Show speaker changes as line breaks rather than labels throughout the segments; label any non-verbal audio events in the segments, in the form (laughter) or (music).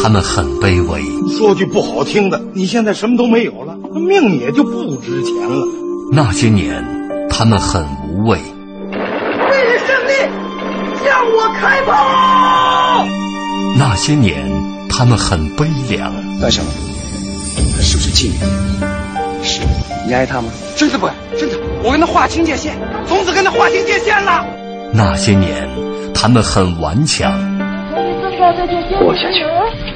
他们很卑微，
说句不好听的，你现在什么都没有了，那命也就不值钱了。
那些年，他们很无畏，
为了胜利，向我开炮！
那些年，他们很悲凉。
大少，他是不是妓女？是。你爱他吗？
真的不爱，真的。我跟他划清界限，从此跟他划清界限了。
那些年，他们很顽强。
活下去，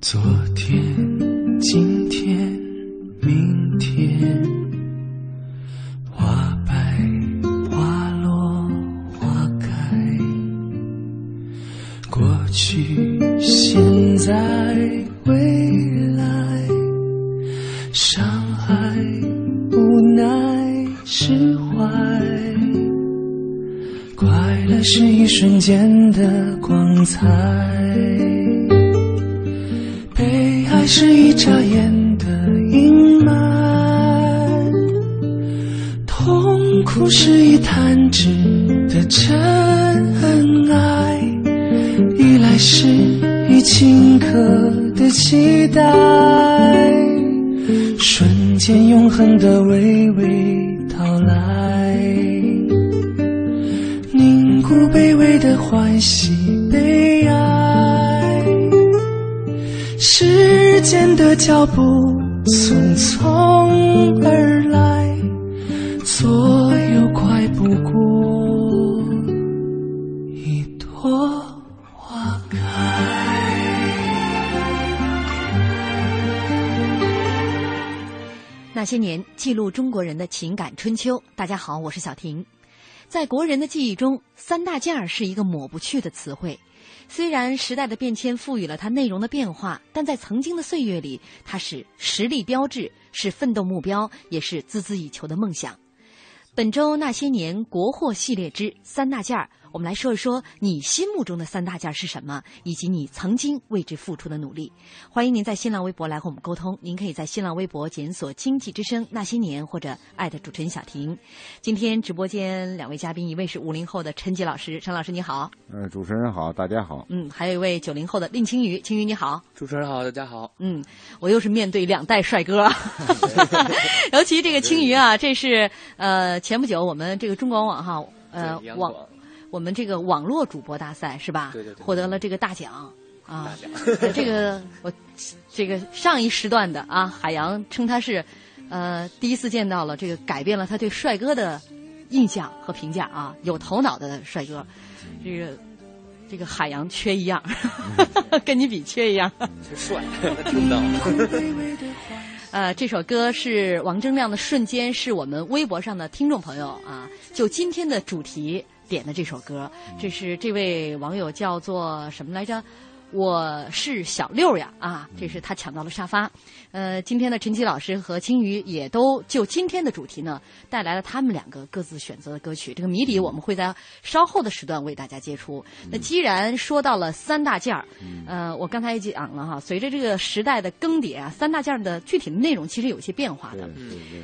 昨天、今天、明天，花白花落花开。过去、现在、未来，伤害、无奈、释怀。快乐是一瞬间的光彩。悲哀是一眨眼的阴霾，痛苦是一弹指的尘埃，依赖是一顷刻的期待，瞬间永恒的娓娓道来，凝固卑微的欢喜悲哀。时间的脚步匆匆而来，所有快不过一朵花开。
那些年，记录中国人的情感春秋。大家好，我是小婷。在国人的记忆中，三大件儿是一个抹不去的词汇。虽然时代的变迁赋予了它内容的变化，但在曾经的岁月里，它是实力标志，是奋斗目标，也是孜孜以求的梦想。本周那些年国货系列之三大件儿，我们来说一说你心目中的三大件儿是什么，以及你曾经为之付出的努力。欢迎您在新浪微博来和我们沟通，您可以在新浪微博检索“经济之声那些年”或者艾特主持人小婷。今天直播间两位嘉宾，一位是五零后的陈杰老师，陈老师你好。
呃，主持人好，大家好。
嗯，还有一位九零后的令青宇，青宇你好。
主持人好，大家好。
嗯，我又是面对两代帅哥，
(laughs)
尤其这个青宇啊，这是呃前不久我们这个中广网哈呃
对央
网
广
我们这个网络主播大赛是吧？
对对对
获得了这个大奖啊， (laughs) 这个我这个上一时段的啊，海洋称他是呃第一次见到了这个改变了他对帅哥的印象和评价啊，有头脑的帅哥，这个。这个海洋缺一样，
嗯
(laughs) 跟你比缺一样。
真帅，听到
(laughs)
了。
呃，这首歌是王铮亮的《瞬间》，是我们微博上的听众朋友啊，就今天的主题点的这首歌。这是这位网友叫做什么来着？我是小六呀啊，这是他抢到了沙发。呃，今天呢，陈琦老师和青鱼也都就今天的主题呢，带来了他们两个各自选择的歌曲。这个谜底我们会在稍后的时段为大家揭出。那既然说到了三大件儿，呃，我刚才也讲了哈，随着这个时代的更迭啊，三大件儿的具体的内容其实有一些变化的。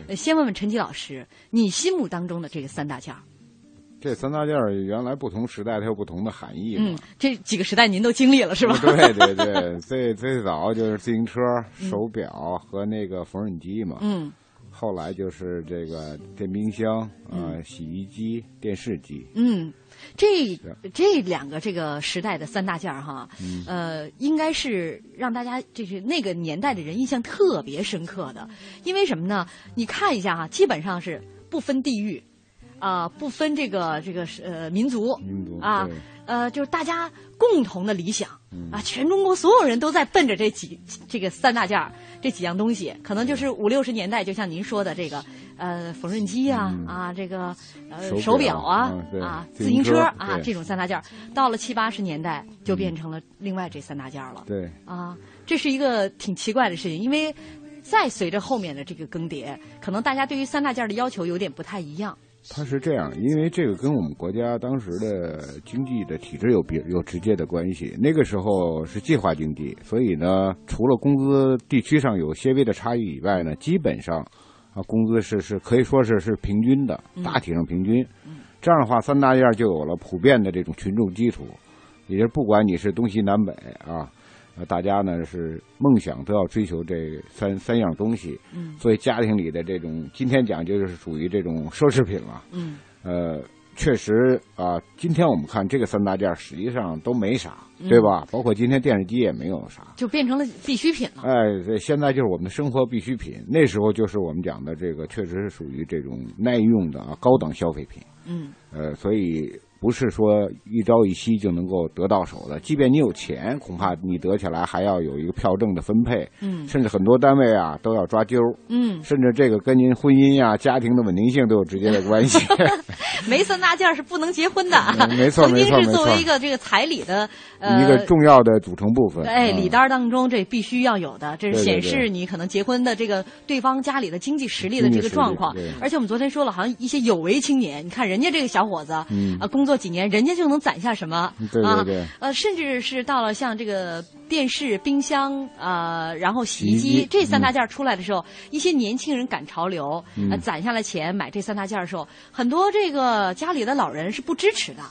呃先问问陈琦老师，你心目当中的这个三大件儿，
这三大件儿原来不同时代它有不同的含义嘛
嗯，这几个时代您都经历了是吧？
对对对，最最早就是自行车、
嗯
手表和那个缝纫机嘛。
(laughs) 嗯。
后来就是这个电冰箱啊、呃洗衣机、电视机。
嗯，这这两个这个时代的三大件儿哈，
嗯
呃，应该是让大家就是那个年代的人印象特别深刻的，因为什么呢？你看一下哈，基本上是不分地域，啊、不分这个这个是呃民族，
民族
啊
对，嗯
呃，就是大家共同的理想、啊，全中国所有人都在奔着这几这个三大件儿这几样东西，可能就是五六十年代，就像您说的这个。呃，缝纫机啊、
嗯
啊，这个呃
手表
表啊
嗯对
啊，
自
自
行
行
车
啊
对嗯
这种三大件儿，到了七八十年代就变成了另外这三大件儿了、
对，
啊，这是一个挺奇怪的事情，因为再随着后面的这个更迭，可能大家对于三大件儿的要求有点不太一样。
它是这样，因为这个跟我们国家当时的经济的体制有比有直接的关系。那个时候是计划经济，所以呢，除了工资地区上有些微的差异以外呢，基本上啊，工资是是可以说是是平均的，大体上平均。这样的话，三大件就有了普遍的这种群众基础，也就是不管你是东西南北啊，呃，大家呢是梦想都要追求这三三样东西。
嗯
所以家庭里的这种，今天讲就是属于这种奢侈品了。
嗯
呃，确实啊、今天我们看这个三大件儿实际上都没啥，
嗯
对吧？包括今天电视机也没有啥。
就变成了必需品了。
哎，对，现在就是我们的生活必需品。那时候就是我们讲的这个，确实是属于这种耐用的啊高档消费品。
嗯
呃，所以不是说一朝一夕就能够得到手的。即便你有钱，恐怕你得起来还要有一个票证的分配，
嗯
甚至很多单位啊都要抓阄儿，
嗯
甚至这个跟您婚姻呀、家庭的稳定性都有直接的关系。
没三大件儿是不能结婚的啊，
嗯没错
(laughs) 曾经
没错
是作
没
为
错
一个这个彩礼的 (laughs) 呃
一个重要的组成部分。
哎，
嗯
礼单儿当中这必须要有的，这是
对对对
显示你可能结婚的这个对方家里的经济实力的
经济
这个
实力
状况
对。
而且我们昨天说了，好像一些有为青年，你看人家这个小伙子，
嗯
啊，工作几年，人家就能攒下什么，
对对对
啊，呃，甚至是到了像这个电视、冰箱，呃，然后洗
洗
衣
衣
机
机
这三大件儿出来的时候，一些年轻人赶潮流，
嗯
呃，攒下了钱买这三大件儿的时候，很多这个家里的老人是不支持的。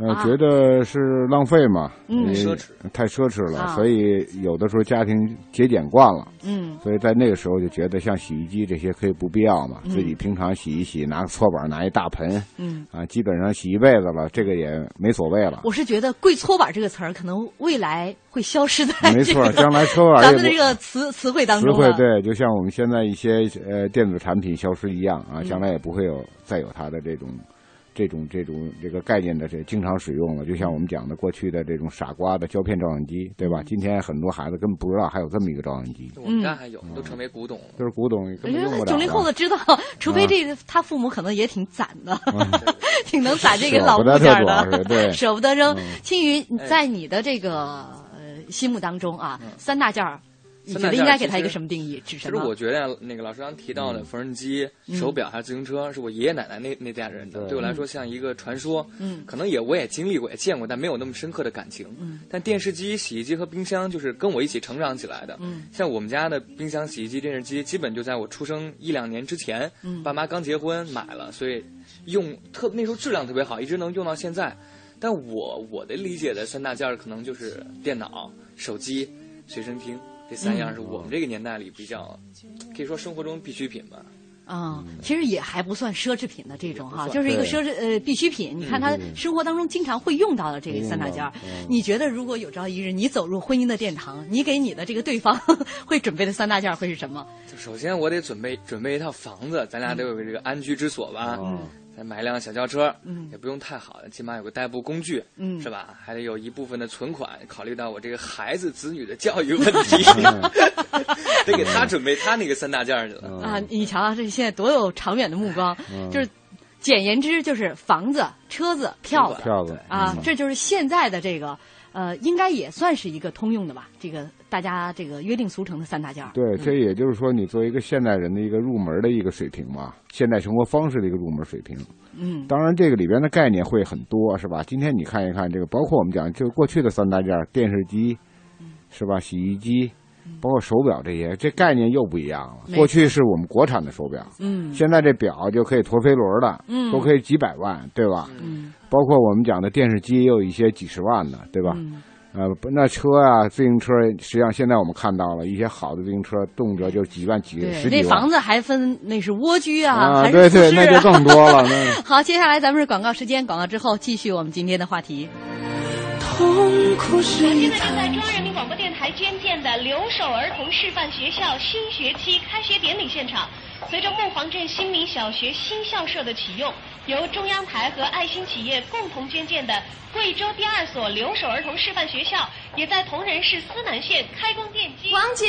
呃，
啊
觉得是浪费嘛，
嗯
也
奢侈，
太奢侈了，
啊
所以有的时候家庭节俭惯了，
嗯
所以在那个时候就觉得像洗衣机这些可以不必要嘛，
嗯
自己平常洗一洗，拿个搓板，拿一大盆，
嗯。
啊，基本上洗一辈子了，这个也没所谓了。
我是觉得“跪搓板”这个词儿可能未来会消失在
没
这
错
个
将来搓板
咱
也
们的
不
这个词词汇当
词
中啊
汇
了。
对，就像我们现在一些呃电子产品消失一样
嗯
啊，将来也不会有再有它的这种。这种这种这个概念的这经常使用了，就像我们讲的过去的这种傻瓜的胶片照相机，对
嗯
吧？今天很多孩子根本不知道还有这么一个照相机，
我们家还有，都成为古董了。
都是古董，根本用不
我觉
了。
得九零后的知道，除非这个他父母可能也挺攒的， (laughs) 挺能攒这个
嗯舍
老物
不得
件儿
这主要是
的，
对
(laughs)
嗯
舍不得扔。青云，你
哎
在你的这个呃心目当中
嗯
啊，三大件儿，你觉
三大
得
件
应
儿
该给
其
他一个
实
什么定义？指
其
什
实
么
我？觉得那个老师刚提到的缝纫机、
嗯
手表还有自行车，是我爷爷奶奶那那代人的，对我来说像一个传说。
嗯
可能也我也经历过，也见过，但没有那么深刻的感情。
嗯
但电视机、洗衣机和冰箱就是跟我一起成长起来的。
嗯
像我们家的冰箱、洗衣机、电视机，基本就在我出生一两年之前，
嗯
爸妈刚结婚买了，所以用特那时候质量特别好，一直能用到现在。但我我的理解的三大件儿，可能就是电脑、手机、随身听这三样，
嗯
是我们这个年代里比较可以说生活中必需品吧。
啊，其实也还不算奢侈品的这种
嗯
哈，
也不算
就是一个奢
对
侈呃必需品。你
嗯
看他
对对
生活当中经常会用到的这个三大件儿
会用到嗯，
你觉得如果有朝一日你走入婚姻的殿堂，你给你的这个对方 (laughs) 会准备的三大件儿会是什么？
就首先我得准备准备一套房子，咱俩得有个这个安居之所吧。再买辆小轿车，
嗯
也不用太好的，起码有个代步工具，
嗯
是吧？还得有一部分的存款，考虑到我这个孩子子女的教育问题， (laughs) 得给他准备他那个三大件儿去了。
嗯
啊，你瞧啊，这现在多有长远的目光，
嗯
就是简言之就是房子、车子、票子
票子嗯
啊，这就是现在的这个。呃，应该也算是一个通用的吧，这个大家这个约定俗成的三大件儿。
对，这也就是说，你作为一个现代人的一个入门的一个水平嘛，现代生活方式的一个入门水平。
嗯，
当然，这个里边的概念会很多，是吧？今天你看一看这个，包括我们讲就过去的三大件儿，电视机，是吧？洗衣机，包括手表这些，这概念又不一样了。
嗯没
过去是我们国产的手表，
嗯
现在这表就可以陀飞轮了，
嗯
都可以几百万，对吧？
嗯，
包括我们讲的电视机，也有一些几十万的，对吧？
嗯
呃，不那车啊，自行车，实际上现在我们看到了一些好的自行车，动辄就几万、几
对，
十几
那
万
房。子还分那是蜗居啊，
啊
还是
对对
复式啊
那就更多
(laughs)
了那
好，接下来咱们是广告时间，广告之后继续我们今天的话题。
痛苦是一
现
滩
在正在中央人民广播电台捐建的留守儿童示范学校新学期开学典礼现场，随着木黄镇新民小学新校舍的启用，由中央台和爱心企业共同捐建的贵州第二所留守儿童示范学校，也在铜仁市思南县开工奠基。
王姐，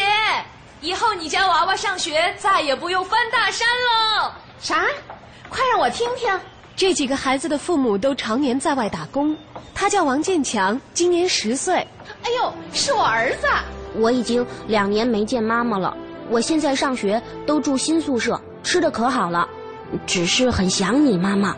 以后你家娃娃上学再也不用翻大山喽。
啥？快让我听听。这几个孩子的父母都常年在外打工，他叫王建强，今年十岁。哎呦，是我儿子。
我已经两年没见妈妈了，我现在上学都住新宿舍，吃的可好了，只是很想你妈妈。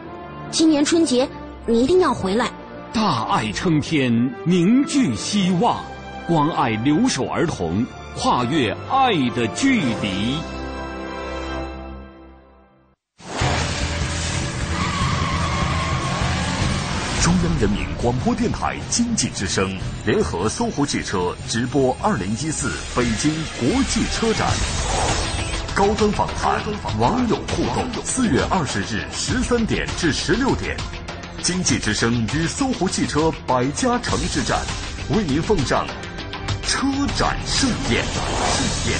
今年春节你一定要回来。
大爱撑天，凝聚希望，关爱留守儿童，跨越爱的距离。
中央人民广播电台经济之声联合搜狐汽车直播2014北京国际车展。高端访谈，网友互动。四月二十日十三点至十六点，经济之声与搜狐汽车百家城之战为您奉上车展盛宴。盛宴。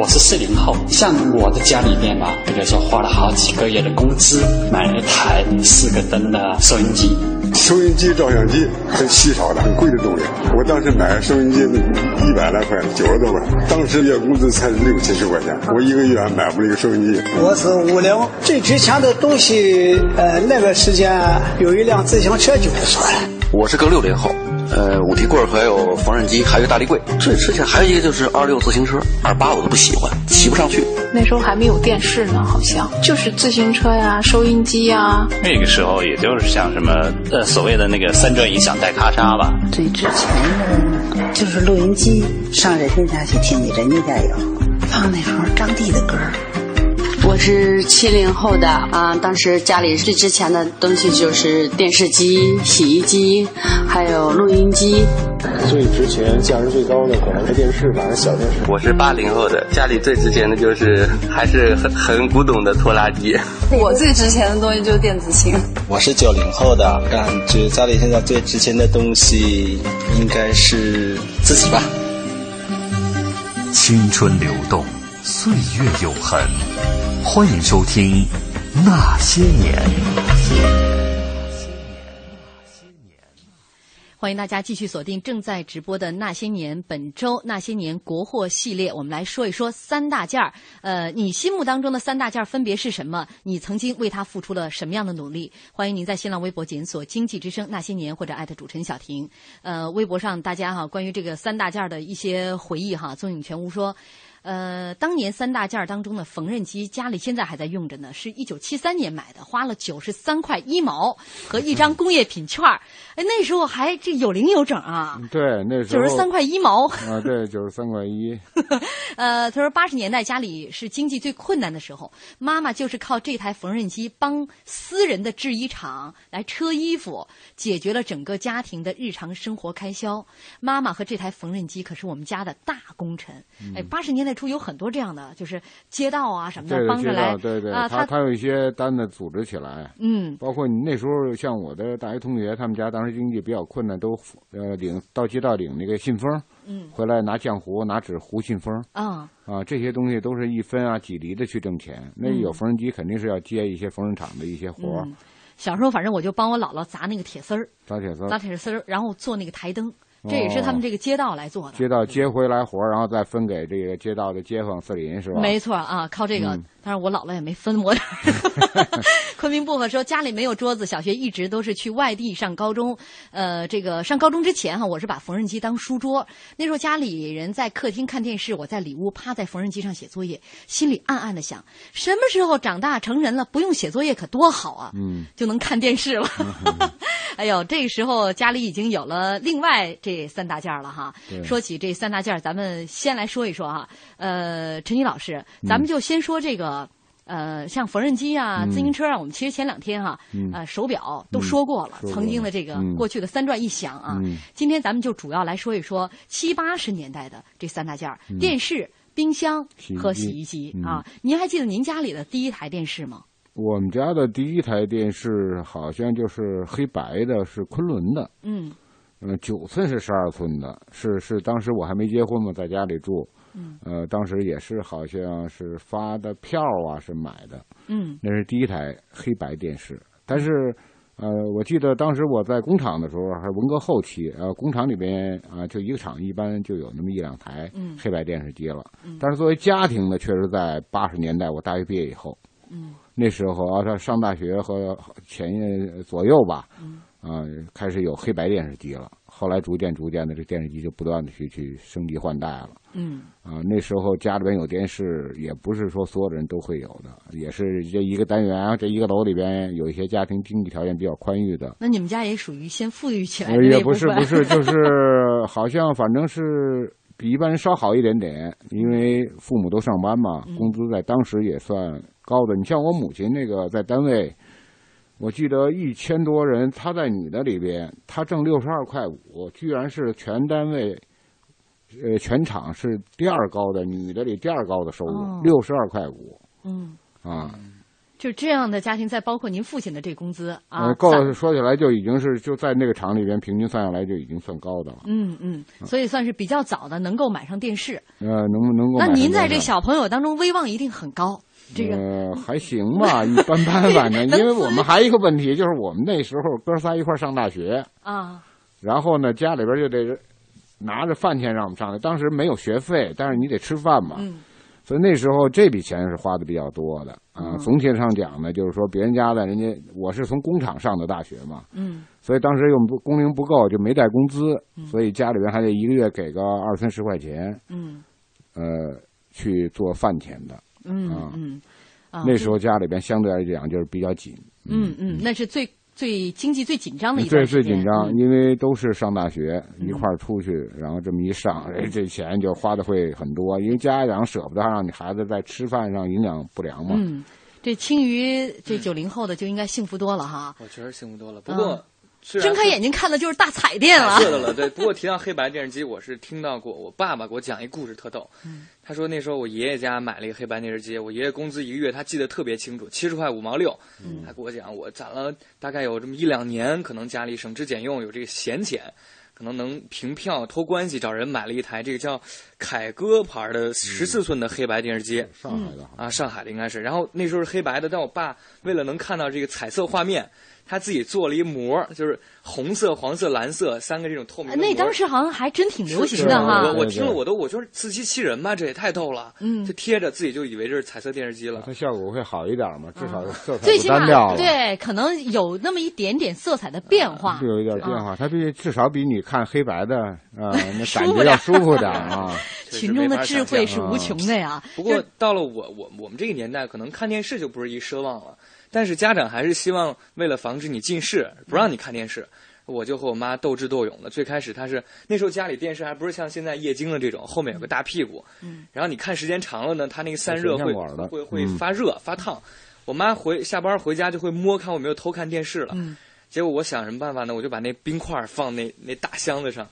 我是四零后，像我的家里面吧，比如说花了好几个月的工资买了一台四个灯的收音机。
收音机、照相机很稀少的、很贵的东西。我当时买收音机一百来块，九十多块，当时月工资才六七十块钱，我一个月还买不了一个收音机。
我是五零，最值钱的东西，呃，那个时间有一辆自行车就不错了。
我是个六零后，呃，五提棍儿还有缝纫机，还有一个大立柜。最值钱还有一个就是二六自行车，二八我都不喜欢，骑不上去。
那时候还没有电视呢，好像就是自行车呀、收音机呀。
那个时候也就是像什么呃所谓的那个三转音响带咔嚓吧，
最值钱的就是录音机，上人家家去听去，人家家有放那时候张帝的歌儿。
我是七零后的啊，当时家里最值钱的东西就是电视机、洗衣机，还有录音机。
最值钱、价值最高的可能是电视吧，小电视。
我是八零后的，家里最值钱的就是还是很很古董的拖拉机。
我最值钱的东西就是电子琴。
我是九零后的，感觉家里现在最值钱的东西应该是自己吧。
青春流动，岁月永恒。欢迎收听《那些年》。
欢迎大家继续锁定正在直播的《那些年》，本周《那些年》国货系列，我们来说一说三大件儿。呃，你心目当中的三大件儿分别是什么？你曾经为它付出了什么样的努力？欢迎您在新浪微博检索“经济之声那些年”或者艾特主持人小婷。呃，微博上大家哈关于这个三大件儿的一些回忆哈，踪影全无说。呃，当年三大件儿当中的缝纫机，家里现在还在用着呢，是一九七三年买的，花了九十三块一毛和一张工业品券儿。哎，那时候还这有零有整啊，
对，嗯那时
九
候
十三块一毛。
啊，对，九十三块
(laughs)
一。
呃，他说八十年代家里是经济最困难的时候，妈妈就是靠这台缝纫机帮私人的制衣厂来车衣服，解决了整个家庭的日常生活开销。妈妈和这台缝纫机可是我们家的大功臣。哎，
嗯
八十年代代初有很多这样的，就是街道啊什么的
对
帮着来，
对对，
啊，
他他有一些单子组织起来，
嗯
包括你那时候像我的大学同学，他们家当时经济比较困难，都呃领到街道领那个信封，
嗯
回来拿浆糊拿纸糊信封，
啊
啊，这些东西都是一分啊几厘的去挣钱。那
嗯
有缝纫机肯定是要接一些缝纫厂的一些活儿
嗯，小时候反正我就帮我姥姥砸那个铁丝儿，
扎铁丝儿，
砸铁丝儿，然后做那个台灯，
哦
这也是他们这个街道来做的。
街道接回来活儿，然后再分给这个街道的街坊四邻，是吧？
没错啊，靠这个。
嗯
当然，我姥姥也没分我点儿。
(laughs)
(laughs) 昆明部分说家里没有桌子，小学一直都是去外地上高中。呃，这个上高中之前哈、我是把缝纫机当书桌。那时候家里人在客厅看电视，我在里屋趴在缝纫机上写作业，心里暗暗的想：什么时候长大成人了，不用写作业可多好啊！
嗯，
就能看电视了。
嗯
(laughs) 哎呦，这时候家里已经有了另外这三大件儿了哈
对。
说起这三大件儿，咱们先来说一说哈。呃，陈怡老师，咱
嗯
们就先说这个。呃，像缝纫机啊、
嗯
自行车啊，我们其实前两天哈、
嗯
呃，手表都说过了，
嗯说过了
曾经的这个
嗯
过去的三转一响啊。
嗯
今天咱们就主要来说一说七八十年代的这三大件儿：
嗯
电视、冰箱
洗衣
和
机
洗衣机
嗯
啊。您还记得您家里的第一台电视吗？
我们家的第一台电视好像就是黑白的，是昆仑的，
嗯
嗯，九寸是十二寸的，是是当时我还没结婚嘛，在家里住，
嗯
呃，当时也是好像是发的票啊，是买的，
嗯
那是第一台黑白电视。但是，呃，我记得当时我在工厂的时候，还是文革后期，呃，工厂里边啊、就一个厂一般就有那么一两台
嗯
黑白电视机了。
嗯
但是作为家庭呢，确实在八十年代我大学毕业以后，
嗯
那时候啊，他上大学和前呃左右吧，
嗯
啊、开始有黑白电视机了。后来逐渐逐渐的，这电视机就不断的去去升级换代了。
嗯
啊、那时候家里边有电视，也不是说所有人都会有的，也是这一个单元啊，这一个楼里边有一些家庭经济条件比较宽裕的，
那你们家也属于先富裕起来的
呃
哎那
也
部
不是
分
不是，就是 (laughs) 好像反正是比一般人稍好一点点，因为父母都上班嘛，
嗯
工资在当时也算高的。你像我母亲那个在单位，我记得一千多人，她在你的里边，她挣六十二块五，居然是全单位。呃，全场是第二高的，女的里第二高的收
哦
入，六十二块五
嗯，
啊，
(laughs) 就这样的家庭，再包括您父亲的这工资啊，
呃，够
攒
了说起来就已经是就在那个厂里边平均算下来就已经算高的了。
嗯嗯，所以算是比较早的能够买上电视。
呃，能不能够
那
买上
您在
电
这
视
小朋友当中威望一定很高，这个
呃还行吧，一般般，反
(laughs)
正因为我们还有一个问题就是我们那时候哥仨一块儿上大学，
啊，
然后呢家里边就得拿着饭钱让我们上来，当时没有学费，但是你得吃饭嘛，
嗯
所以那时候这笔钱是花的比较多的啊。
嗯
总体上讲呢，就是说别人家的人家我是从工厂上的大学嘛，
嗯
所以当时用工龄不够就没带工资，所以家里边还得一个月给个二三十块钱，
嗯
呃，去做饭钱的。
嗯
啊
嗯，啊，
那时候
就
家里边相对来讲就是比较紧，
嗯嗯，那是最最经济最紧张的一
最
段
最
时间
紧张，
嗯
因为都是上大学
嗯
一块儿出去，然后这么一上，哎，这钱就花的会很多，因为家长舍不得让你孩子在吃饭上营养不良嘛。
嗯，这青鱼这九零后的就应该幸福多了哈，
我确实幸福多了。不过
嗯
虽
啊
然
睁开
是
眼睛看的就是大彩电了
彩。色的了，对。不过提到黑白电视机，我是听到过，我爸爸给我讲一故事，特逗。
嗯
他说那时候我爷爷家买了一个黑白电视机，我爷爷工资一个月，他记得特别清楚，七十块五毛六。
嗯
他给我讲，我攒了大概有这么一两年，可能家里省吃俭用，有这个闲钱。可能能凭票托关系找人买了一台这个叫凯歌牌的十
嗯
四寸的黑白电视机，
上海的
啊，上海的应该是。然后那时候是黑白的，但我爸为了能看到这个彩色画面，他自己做了一膜，就是红色、黄色、蓝色三个这种透明
啊
的膜。
那当时好像还真挺流行
是
啊
的哈，
我我听了我都我觉得自欺欺人吧，这也太逗了。
嗯
就贴着自己就以为这是彩色电视机了。
它效果会好一点嘛，至少色
啊最起码对，可能有那么一点点色彩的变化
啊是。有一点变化，它比至少比你看黑白的啊，呃那
啊舒
感
服
觉
点
要
儿
舒服点儿
(laughs)
啊。
群众的智慧是无穷的呀。
不过到了我我我们这个年代，可能看电视就不是一奢望了，但是家长还是希望为了防止你近视，不让你看电视。我就和我妈斗智斗勇的。最开始她是那时候家里电视还不是像现在液晶的这种，后面有个大屁股，
嗯
然后你看时间长了呢，它那个散热
有
会
电管的
会会
嗯
发热发烫。我妈回下班回家就会摸看我有没有偷看电视了。
嗯
结果我想什么办法呢？我就把那冰块放那那大箱子上，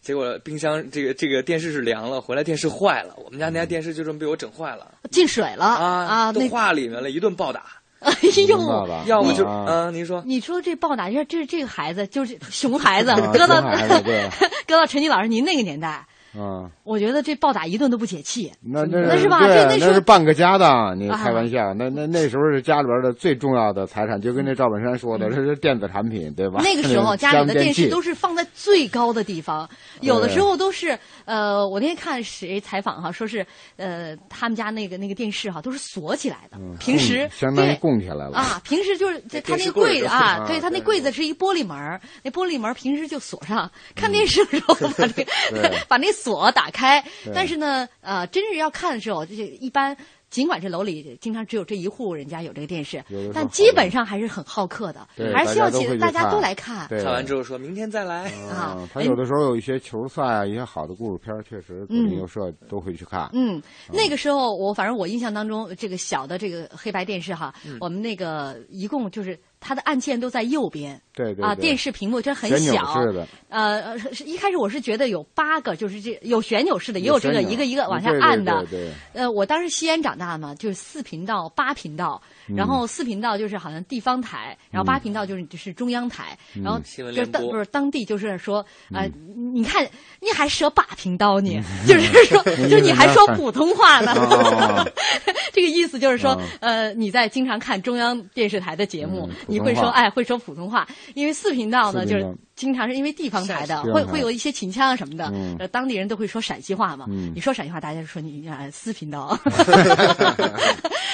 结果冰箱这个这个电视是凉了，回来电视坏了，我们家那家电视就这么被我整坏了，
进水了
啊
啊！
都
那
画里面了，一顿暴打。
哎呦，
要么就
呃
啊
嗯，您说
你说这暴打，这这这个孩子就是熊孩子，
啊
搁到
熊孩子对
(laughs) 搁到陈吉老师您那个年代，
啊，
我觉得这暴打一顿都不解气。
那那
那是吧
对啊
这那时候
那是半个家当，你
啊
开玩笑，那那那时候是家里边的最重要的财产，就跟那赵本山说的，这是电子产品，对吧？
嗯那个
(laughs)
时候家里的电视都
是
是放在最高的地方，有的时候都是呃，我那天看谁采访哈，说是呃他们家那个那个电视哈都是锁起来的，平时
嗯相当于
对。
供起来了
啊，平时就是在他
电
那
视
个
柜
柜子
都是
啊
啊，
对他那
对嗯
柜子是一玻璃门儿，那玻璃门儿平时就锁上，看电视的时
(laughs)
候把这
对
(laughs) 把那锁打开
对，
但是呢，呃，真是要看的时候，这一般。尽管这楼里经常只有这一户人家有这个电视
有的时候，
但基本上还是很好客的
对，
还是希望其
大
大
家
家
都
都
会
来
去看
看。嗯
对嗯
看完之后说明天再来
啊
他有的时候有一些球赛啊，一些好的故事片儿，确实左邻
嗯
右舍都会去看。
嗯，那个时候我反正我印象当中，这个小的这个黑白电视哈，
嗯
我们那个一共就是它的按键都在右边。
对对
啊，
对
电视屏幕真很
旋钮
小，
式的
呃，呃是是一开始我是觉得有八个，就是这有旋钮式的，也有这个
旋钮嗯
一个一个往下
对对
按的。 (laughs)
对对
呃，我当时西安长大嘛，就是四频道、八频道，
嗯
然后四频道就是好像地方台，然后
嗯
八频道就是就是中央台，然后
嗯新闻
就
联
是当
播嗯
不是当地就是说啊、呃你你看你还舍把频道你，就是
(laughs)
说
嗯
就是你还说普通话呢，
哦
(laughs) 这个意思就是说、
哦
呃你在经常看中央电视台的节目，
嗯普
你
通
会说
话
哎会说普通话，因为四频道呢
四频
就是
道
经常是因为地方台的
地方
会
台
会有一些秦腔啊什么的，
嗯
呃当地人都会说陕西话嘛，
嗯
你说陕西话大家就说你啊、四频
(laughs)
道。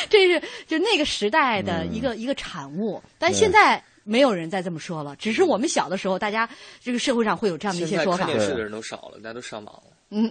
这是就那个时代的
嗯
一个、一个产物，但
对
现在没有人再这么说了。只是我们小的时候，大家这个社会上会有这样的一
现
些
在
说
看
法。
电视的人都少了，大家都上网了。
嗯，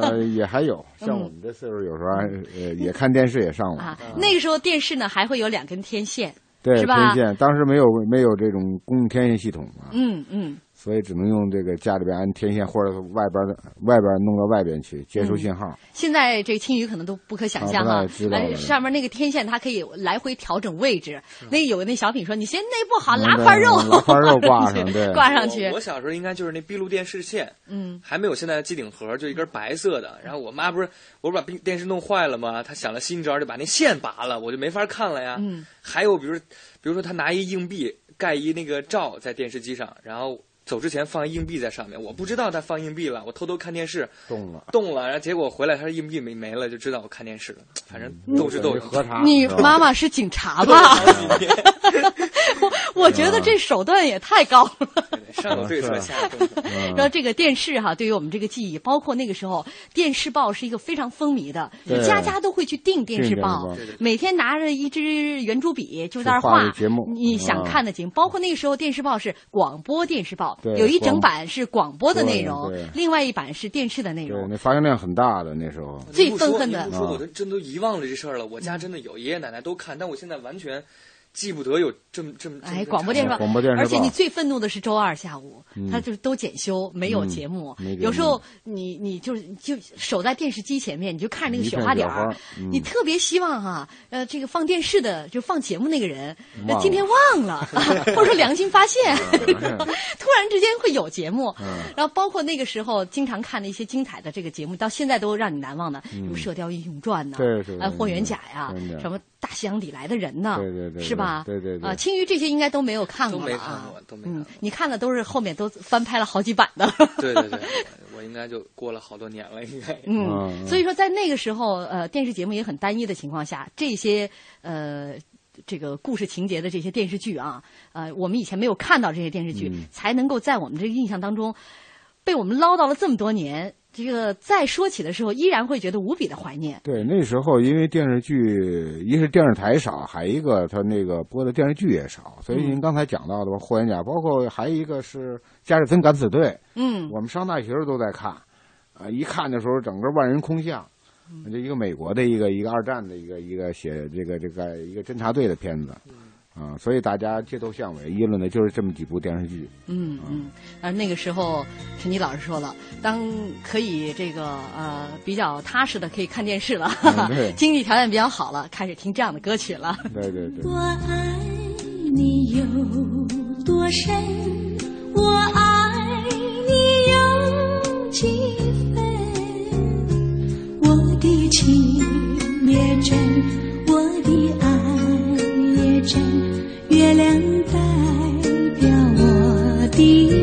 呃，也还有像
嗯
我们这岁数，有时候还呃也看电视也上网
啊，那个时候电视呢还会有两根天线，
对
是
天
吧？
线，当时没有没有这种公共天线系统嘛，
嗯嗯，
所以只能用这个家里边安天线，或者外边的外边弄到外边去接收
嗯
信号。
现在这个青鱼可能都不可想象
啊
哈
不太知，道
哎，
了
上面那个天线它可以来回调整位置。那有个那小品说：“你嫌那不好，
嗯
拉
对
块肉，
拉块肉挂
(laughs)
上对
挂上去
我。我小时候应该就是那闭路电视线，
嗯，
还没有现在的机顶盒，就一根白色的。然后我妈不是我不是把冰电视弄坏了吗？她想了新招，就把那线拔了，我就没法看了呀。
嗯，
还有比如，比如说她拿一硬币盖一那个罩在电视机上，然后走之前放一硬币在上面，我不知道她放硬币了，我偷偷看电视
动了。
动了，然后结果回来她硬币没没了，就知道我看电视了。反正斗智斗勇，
核查
你妈妈是警察吧？ (laughs) 我我觉得
嗯
这手段也太高了。
嗯
上有对策，下有对策。
然后这个电视哈、对于我们这个记忆，包括那个时候电视报是一个非常风靡的，
对
家家都会去订电视
订电视
报
报对对，
每天拿着一支圆珠笔就在那儿
去画
画
节目
你想
啊
看的节目。包括那个时候电视报是广播电视报，
对
有一整
广
版是广播的内容
对对，
另外一版是电视的内
对，
容。
那发行量很大的那时候。
最
不说
愤恨的
你不说我都真都遗忘了这事儿了。我家真的有爷爷奶奶都看，但我现在完全记不得有这么这么。
哎，广播电视报，
广播电视报
而且你最愤怒的是周二下午，
嗯
他就是都检修，没有节目。
嗯没节目
有时候你你就是就守在电视机前面，你就看那个雪花点
一片
儿
雪花，嗯
你特别希望哈、呃，这个放电视的就放节目那个人，
忘
呃
了
今天忘
(laughs)
了，或者说良心发现， (laughs) 突然之间会有节目。
嗯
然后包括那个时候经常看的一些精彩的这个节目，到现在都让你难忘的，什么
嗯
《射雕英雄传》呐，
对是的
呃霍元
嗯
甲呀
霍元甲，
什么大西洋里来的人呐，
对对对对
是吧？
对对对
啊，青鱼这些应该都没有看过
都没
了啊
看过都没
嗯，你看的都是后面都翻拍了好几版
(laughs)
的。
对对对，我应该就过了好多年了，应该。
啊
嗯，所以说在那个时候，呃，电视节目也很单一的情况下，这些呃。这个故事情节的这些电视剧啊，呃，我们以前没有看到这些电视剧，
嗯
才能够在我们这个印象当中，被我们唠叨了这么多年。这个再说起的时候，依然会觉得无比的怀念。
对，那时候因为电视剧，一是电视台少，还一个他那个播的电视剧也少，所以您刚才讲到的吧，霍元甲，包括还一个是《加尔森敢死队》，
嗯，
我们上大学时候都在看，啊，一看的时候整个万人空巷，就一个美国的一个一个二战的一个一个写这个这个一个侦察队的片子，啊，所以大家街头巷尾议论的就是这么几部电视剧，
嗯嗯，而那个时候，陈吉老师说了，当可以这个呃比较踏实的可以看电视了，
嗯对
(laughs) 经济条件比较好了，开始听这样的歌曲了。
对对对。
我爱你有多深，我爱你有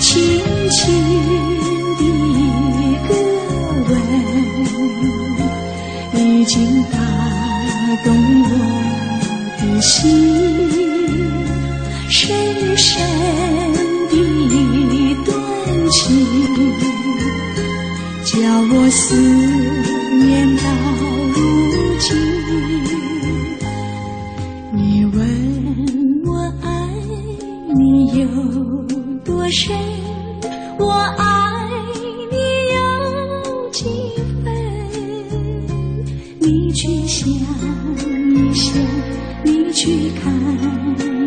轻轻。的一个吻，已经打动我的心，深深的一段情，叫我思念到如今。你问我爱你有多深，我爱。你有几分？你去想一想，你去看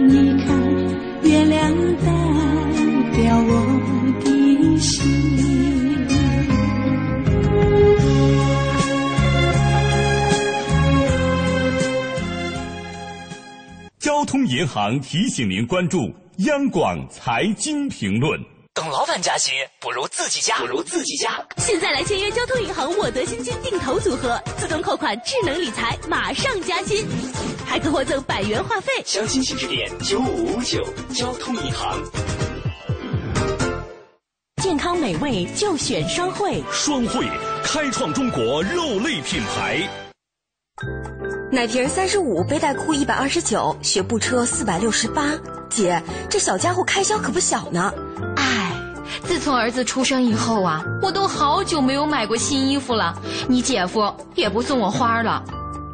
一看，月亮代表我的心。
交通银行提醒您关注央广财经评论。
等老板加薪，不如自己加，
不如自己加。
现在来签约交通银行沃德新金定投组合， (laughs) 自动扣款，智能理财，马上加薪，还可获赠百元话费。
详情请致电九五五九交通银行。
健康美味就选双汇，
双汇开创中国肉类品牌。
奶瓶三十五，背带裤一百二十九，学步车四百六十八。姐，这小家伙开销可不小呢。
唉，自从儿子出生以后啊，我都好久没有买过新衣服了。你姐夫也不送我花了。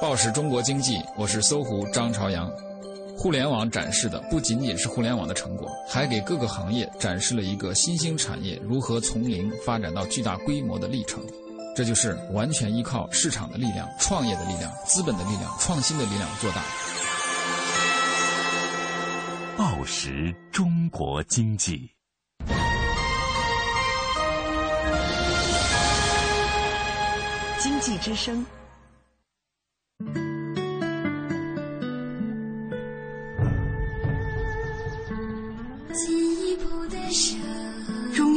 报时中国经济，我是搜狐张朝阳。互联网展示的不仅仅是互联网的成果，还给各个行业展示了一个新兴产业如何从零发展到巨大规模的历程。这就是完全依靠市场的力量、创业的力量、资本的力量、创新的力量做大。
报时中国经济。
经济之声。
进一步的手，
中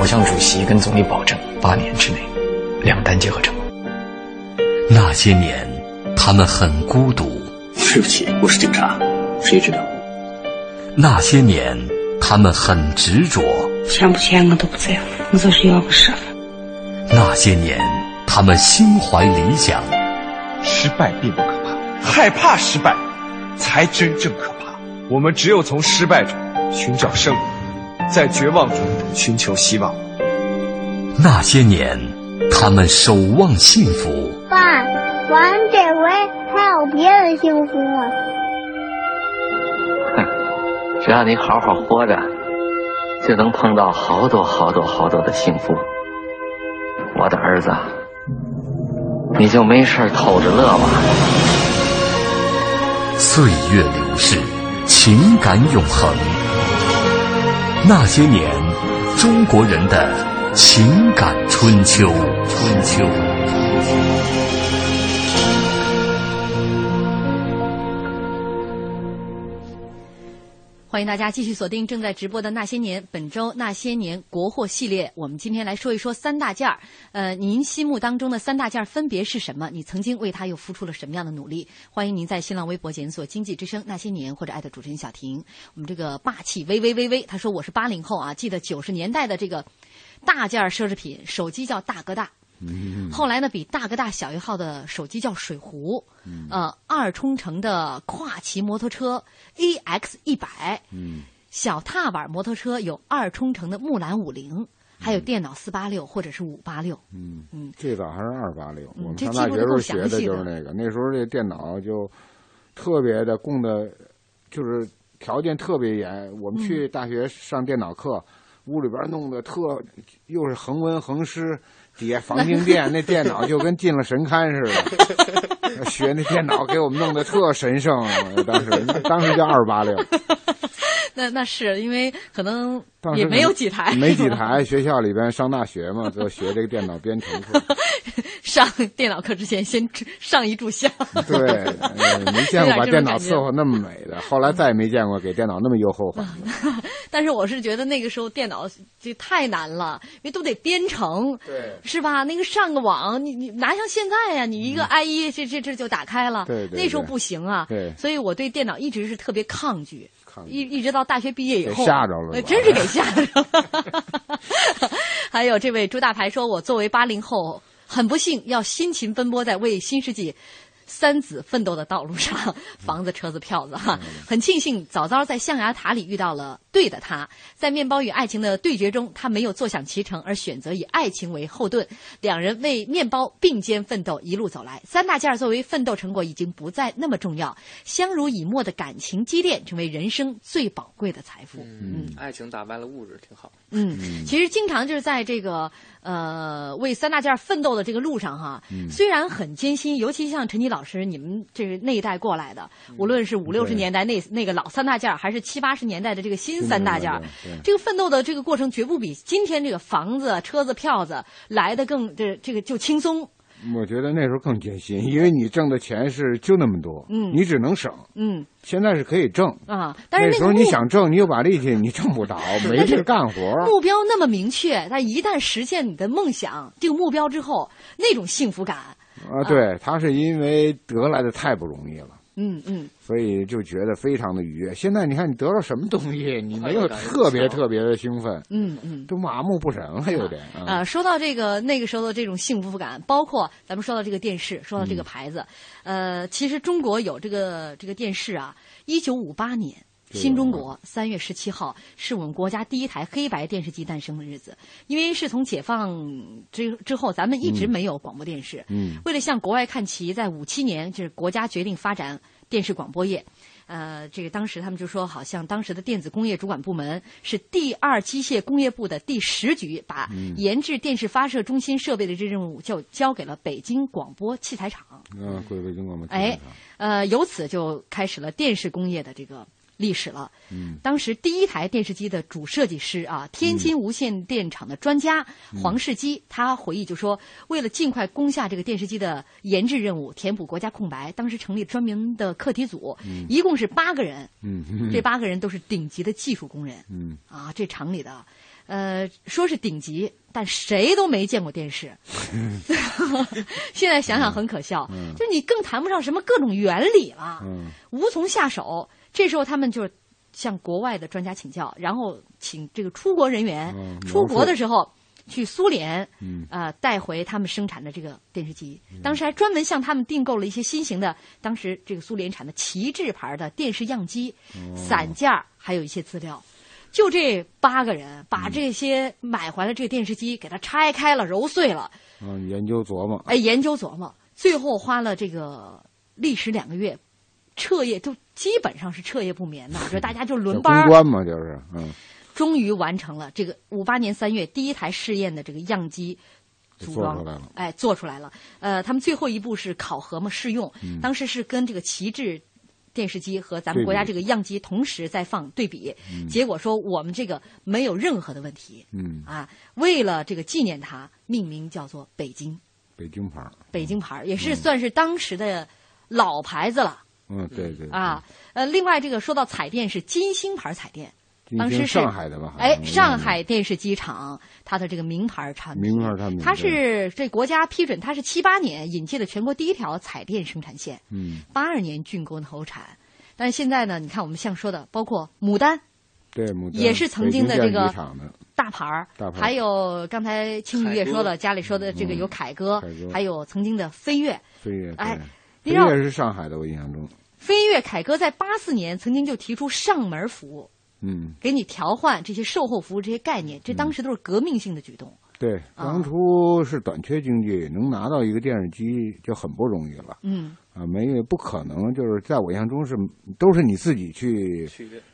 我向主席跟总理保证，八年之内两弹结合成功。
那些年，他们很孤独。
对不起，我是警察，谁知道？
那些年，他们很执着。
签不签我都不在乎，我就是要个身份。
那些年。他们心怀理想，
失败并不可怕，害怕失败才真正可怕。我们只有从失败中寻找胜利，在绝望中寻求希望。
那些年，他们守望幸福。
爸，完这回还有别的幸福啊吗？
哼，只要你好好活着，就能碰到好多好多好多的幸福。我的儿子。你就没事偷着乐吧。
岁月流逝，情感永恒。那些年，中国人的情感春秋。春秋。
欢迎大家继续锁定正在直播的《那些年》，本周《那些年》国货系列，我们今天来说一说三大件儿。呃，您心目当中的三大件儿分别是什么？你曾经为它又付出了什么样的努力？欢迎您在新浪微博检索“经济之声那些年”或者艾特主持人小婷。我们这个霸气微微微微，他说我是八零后啊，记得九十年代的这个大件儿奢侈品，手机叫大哥大。后来呢，比大哥大小一号的手机叫水壶，呃，二冲程的跨骑摩托车 AX 一百，
嗯
小踏板摩托车有二冲程的木兰五零，还有电脑四八六或者是五八六。
嗯嗯，最早还是二八六，
嗯
我们
这
上
记
大
录
学
得
时
够
候
详
学的
细
就是
的
那个，那时候这电脑就特别的供的，就是条件特别严。我们去
嗯
大学上电脑课，屋里边弄的特又是恒温恒湿，底下防
(laughs)
静电，那电脑就跟进了神龛似
(laughs)
的。学那电脑给我们弄得特神圣，啊当时当时叫二八六。
(laughs) 那那是因为可能
当时
也
可能
没有几台，
没几台。学校里边上大学嘛，就学这个电脑编程课。
(laughs) 上电脑课之前先吃上一炷香。 (laughs)
对，呃没见过把电脑伺候那么美的，后来再也没见过给电脑那么优厚环境。
但是我是觉得那个时候电脑这太难了，因为都得编程，
对，
是吧？那个上个网，你你哪像现在呀、你一个 IE 这这这就打开了，
嗯对对
那时候
对
不行啊，
对
所以我对电脑一直是特别抗拒，
抗拒
一一直到大学毕业以
给
后，
吓着了
呃
是吧
真是给吓着了。 (laughs) 还有这位朱大牌说，我作为八零后，很不幸要辛勤奔波在为新世纪。三子奋斗的道路上，房子、车子、票子哈，很庆幸早早在象牙塔里遇到了对的他，在面包与爱情的对决中，他没有坐享其成，而选择以爱情为后盾，两人为面包并肩奋斗，一路走来，三大件儿作为奋斗成果已经不再那么重要，相濡以沫的感情积淀成为人生最宝贵的财富。
嗯，爱情打败了物质，挺好。
嗯，其实经常就是在这个呃为三大件儿奋斗的这个路上哈，
嗯
虽然很艰辛，尤其像陈吉老师你们这是那一代过来的，无论是五六十
对
年代那那个老三大件儿，还是七八十年代的这个新三大件儿
对对，
这个奋斗的这个过程绝不比今天这个房子、车子、票子来的更这这个就轻松。
(laughs) 我觉得那时候更艰辛，因为你挣的钱是就那么多，
嗯
你只能省。
嗯
现在是可以挣，
啊，但
那
是那
时
个
候你
目
想挣，你有把力气，你挣不着，没
(laughs) 但是
事干活儿。
目标那么明确，但一旦实现你的梦想这个目标之后，那种幸福感，
啊，对，他是因为得来的太不容易了。
嗯嗯。
所以就觉得非常的愉悦。现在你看，你得到什么东西，你没有
快乐感
特别
也强
特别的兴奋，
嗯嗯，
都麻木不仁了，有点啊。
啊，说到这个那个时候的这种幸福感，包括咱们说到这个电视，说到这个牌子，呃，其实中国有这个这个电视啊，一九五八年。
对
新中国三月十七号是我们国家第一台黑白电视机诞生的日子，因为是从解放之之后，咱们一直
嗯
没有广播电视。
嗯
为了向国外看齐，在五七年就是国家决定发展电视广播业。呃，这个当时他们就说，好像当时的电子工业主管部门是第二机械工业部的第十局，把
嗯
研制电视发射中心设备的这任务就交给了北京广播器材厂。
嗯，贵北京广播电视
哎，呃，由此就开始了电视工业的这个历史了。
嗯
当时第一台电视机的主设计师啊，天津无线电厂的专家
嗯
黄世基，他回忆就说，为了尽快攻下这个电视机的研制任务，填补国家空白，当时成立专门的课题组，
嗯
一共是八个人，
嗯
这八个人都是顶级的技术工人
嗯
啊，这厂里的，呃，说是顶级，但谁都没见过电视。 (laughs) 现在想想很可笑，
嗯
就是你更谈不上什么各种原理了。
嗯
无从下手。这时候他们就是向国外的专家请教，然后请这个出国人员、
嗯
出国的时
候，
候去苏联，
嗯
呃，带回他们生产的这个电视机。当时还专门向他们订购了一些新型的，当时这个苏联产的旗帜牌的电视样机、
哦
散件儿，还有一些资料。就这八个人
嗯
把这些买回来这个电视机给它拆开了、揉碎了，
(laughs) 嗯，研究琢磨，
哎，研究琢磨，最后花了这个历时两个月，彻夜就基本上是彻夜不眠呐，就大家就轮
叫
班
公
儿
关嘛，就是嗯，
终于完成了这个五八年三月第一台试验的这个样机组装，
做出来了
哎，做出来了。呃，他们最后一步是考核嘛，试用，
嗯
当时是跟这个旗帜。电视机和咱们国家这个样机同时在放对比，
嗯
结果说我们这个没有任何的问题
嗯，
啊。为了这个纪念它，命名叫做北京
北京牌儿，
北京牌儿，也是算是当时的老牌子了
嗯，对对，
啊。呃，另外这个说到彩电是金星牌彩电，
今
当时
天
是
上海的吧？好像嗯
哎，上海电视机厂它的这个名牌产品，
名牌产品，
它
对
是这国家批准，它是七八年引进了全国第一条彩电生产线，
嗯，
八二年竣工投产。但是现在呢，你看我们像说的，包括牡丹
对，牡丹
也是曾经的
北
这
电
个
视厂的
大牌儿
大，牌儿嗯
还有刚才青鱼也说了，家里说的这个有凯歌
凯，歌
还有曾经的飞跃，
飞跃，
哎，
对
你
飞
让
跃是上海的，我印象中，
飞跃凯歌在八四年曾经就提出上门服务，
嗯，
给你调换这些售后服务这些概念，这当时都是革命性的举动。
对，
啊
当初是短缺经济，能拿到一个电视机就很不容易了。
嗯
啊，没有不可能，就是在我印象中是都是你自己去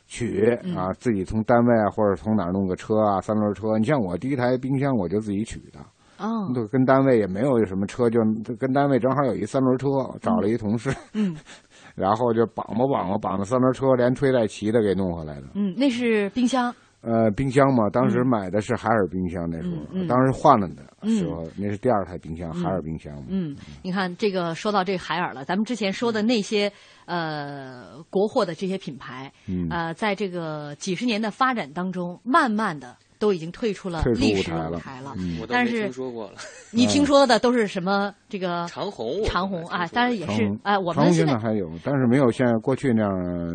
取
嗯
啊，自己从单位啊或者从哪儿弄个车啊，三轮车。你像我第一台冰箱我就自己取的，
哦，
就跟单位也没有什么车，就就跟单位正好有一三轮车，找了一同事，
嗯
(laughs) 然后就绑吧绑吧绑着三轮车连吹带骑的给弄回来的。
嗯，那是冰箱。
呃，冰箱嘛，当时买的是海尔冰箱，那时候、啊
嗯嗯
当时换了的
嗯
时候，那是第二台冰箱，
嗯
海尔冰箱嘛。
嗯，你看这个说到这个海尔了，咱们之前说的那些呃国货的这些品牌，
嗯
呃，在这个几十年的发展当中，慢慢的都已经退出了
退出
历
舞
史
台
舞
了
台了。
嗯
我都
但
没
是
听说过了。
你听说的都是什么？这个
长虹我
长虹啊，当然也
长
是
虹
哎，我
长
们
虹
现
现
在
在还有，但是没有现在过去那样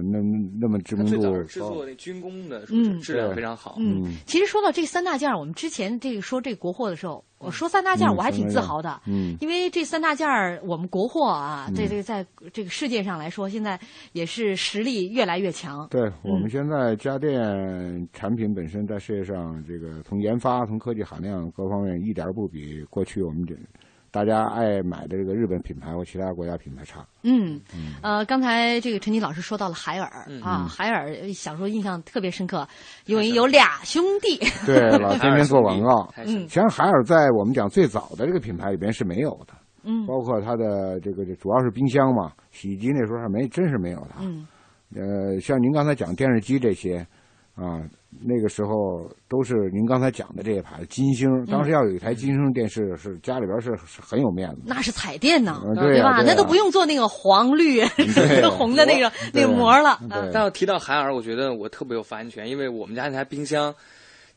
那那么知
它
名
最
度
早是制
高。
作那军工的，是不是
嗯
质量非常好。
嗯，其实说到这三大件儿，我们之前这个说这国货的时候，我说三大件儿
嗯
我还挺
三大
自
件儿
豪的，
嗯
因为这三大件儿我们国货啊，
嗯
这这在这个世界上来说，现在也是实力越来越强。
对我们现在家电产品本身在世界上，这个从研发、从科技含量各方面一点儿不比过去我们这大家爱买的这个日本品牌或其他国家品牌差。
嗯，呃，刚才这个陈妮老师说到了海尔、
嗯
啊，
嗯
海尔小时候印象特别深刻，因为有俩兄弟， (laughs)
对，老天天做广告。
太神奇了
其实海尔在我们讲最早的这个品牌里边是没有的，
嗯
包括它的这个主要是冰箱嘛，洗衣机那时候还没，真是没有它。
嗯
呃，像您刚才讲电视机这些，啊，那个时候都是您刚才讲的这些牌，金星，当
嗯
时要有一台金星电视，是家里边是是很有面子的。
那是彩电呢，
嗯对呀
吧？
对呀
那都不用做那个黄绿、 (laughs) 红的那个那个膜了啊。
但要提到海尔，我觉得我特别有发言权，因为我们家那台冰箱，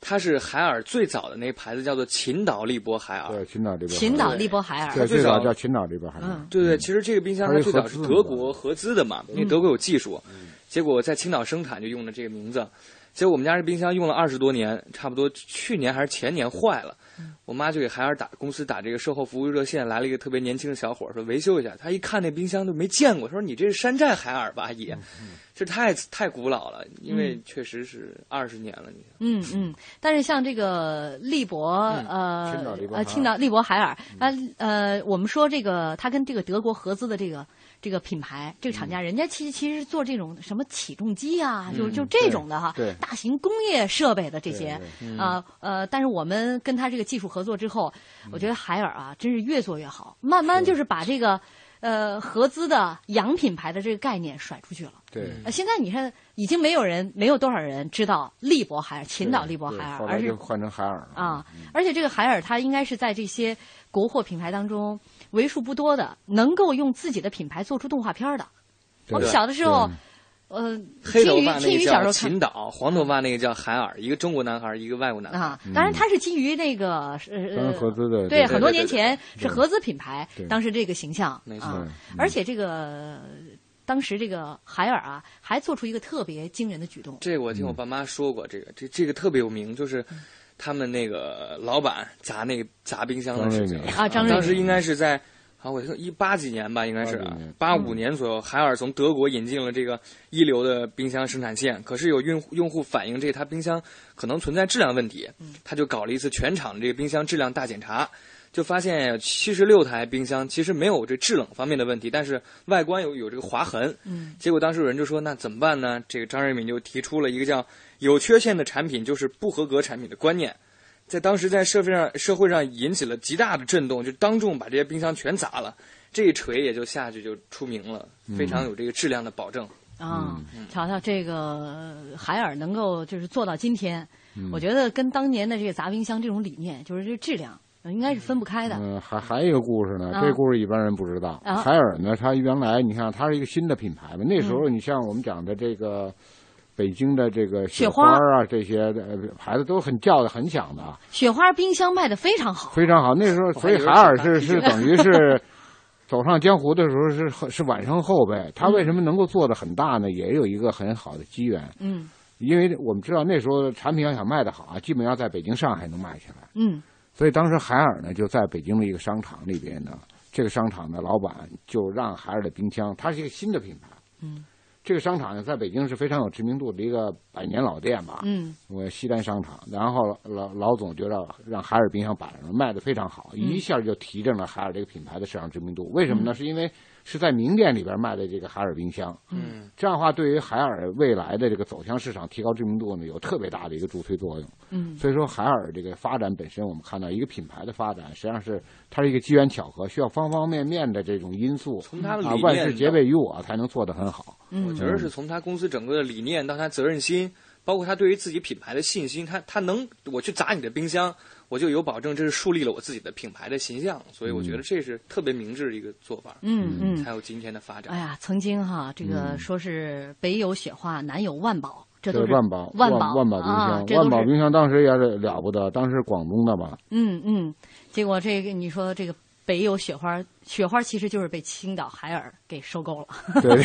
它是海尔最早的那个牌子，叫做秦岛利波海尔。
对，秦岛利波海尔
秦岛利嗯波海尔，
对，最
最
早
早
叫秦岛这边还有。
对对，其实这个冰箱
它
它
是
最
合
早是
资的
德
嘛
国合资的嘛，因为
嗯
德国有技术，结果在青岛生产就用了这个名字。结果我们家这冰箱用了二十多年，差不多去年还是前年坏了，
嗯
我妈就给海尔打公司打这个售后服务热线，来了一个特别年轻的小伙儿说维修一下。他一看那冰箱都没见过，说你这是山寨海尔
嗯
吧也， (laughs) 这太太古老了，因为
嗯
确实是二十年了。你
嗯嗯，但是像这个利勃、
嗯
青岛利
呃
勃海
呃
尔
青岛利勃海尔，啊呃，我们说这个它跟这个德国合资的这个这个品牌这个厂家，人家其实其实是做这种什么起重机啊，就
嗯
就这种的哈，
对对
大型工业设备的这些
对对嗯
啊呃但是我们跟他这个技术合作之后，我觉得海尔啊真是越做越好，慢慢就是把这个呃合资的洋品牌的这个概念甩出去了。
对，
呃，现在你看，已经没有人，没有多少人知道利勃海尔、秦岛利勃海
后
尔，
来
而
就是换成海尔了。
啊，
嗯
而且这个海尔它应该是在这些国货品牌当中为数不多的能够用自己的品牌做出动画片儿的。
对
我们小的时候，呃，
黑头
金鱼
发
金
那
鱼
个
小时
叫
候看
秦岛，黄头发那个叫海尔，一个中国男孩，一个外国男孩
啊。，当然它是基于那个呃
咱嗯合资的
对，
对
很多
对对对
年前
对
是合资品牌
对，
当时这个形象
没错
啊
嗯，
而且这个当时这个海尔啊，还做出一个特别惊人的举动。
这个我听我爸妈说过，这个这这个特别有名，就是
嗯
他们那个老板砸那个砸冰箱的事情
啊张瑞敏
当时应该是在啊，我听一八几年吧，应该是啊八五年嗯左右，海尔从德国引进了这个一流的冰箱生产线，可是有用户用户反映这个他冰箱可能存在质量问题，他就搞了一次全场的这个冰箱质量大检查。就发现七十六台冰箱其实没有这制冷方面的问题，但是外观有有这个划痕，
嗯
结果当时有人就说：“那怎么办呢？”这个张瑞敏就提出了一个叫“有缺陷的产品就是不合格产品”的观念，在当时在社会上社会上引起了极大的震动，就当众把这
嗯
些冰箱全砸了。这一锤也就下去就出名了，非常有这个质量的保证。
啊。瞧瞧这个海尔能够就是做到今天，
嗯
我觉得跟当年的这个砸冰箱这种理念，就是这质量。呃应该是分不开的。
嗯，还还有一个故事呢，
啊
这故事一般人不知道。
啊
海尔呢，它原来你看它是一个新的品牌嘛，那时候
嗯
你像我们讲的这个。北京的这个
雪
雪
花
啊，这些呃孩子都很叫的很响的，
雪花冰箱卖的非常好，
非常好。那时候，所以海尔是是等于是走上江湖的时候是很是晚生后辈。他为什么能够做的很大呢？也有一个很好的机缘，
嗯
因为我们知道那时候产品要想卖得好啊，基本要在北京、上海能卖起来。
嗯
所以当时海尔呢就在北京的一个商场里边呢，这个商场的老板就让海尔的冰箱，它是一个新的品牌。
嗯
这个商场呢，在北京是非常有知名度的一个百年老店吧，
嗯
我西单商场。然后老老总就让让海尔冰箱摆上了，卖的非常好，
嗯
一下就提振了海尔这个品牌的市场知名度。为什么呢？
嗯
是因为是在名店里边卖的这个海尔冰箱。
嗯
这样的话，对于海尔未来的这个走向市场、提高知名度呢，有特别大的一个助推作用。
嗯
所以说海尔这个发展本身，我们看到一个品牌的发展，实际上是它是一个机缘巧合，需要方方面面的这种因素，
从它的理
啊
念
万事皆备于我，才能做得很好。
嗯
我觉得是从他公司整个的理念到他责任心，包括他对于自己品牌的信心，他他能我去砸你的冰箱，我就有保证，这是树立了我自己的品牌的形象，所以我
嗯
觉得这是特别明智的一个做法，
嗯嗯
才有今天的发展。
哎呀，曾经哈，这个
嗯
说是北有雪花，南有万宝，这都是
万宝
万
宝万宝冰
啊
箱，，
这
万
都
宝
是
冰箱当时也是了不得，当时广东的吧，
嗯嗯，结果这个你说这个北有雪花，雪花其实就是被青岛海尔给收购了。
对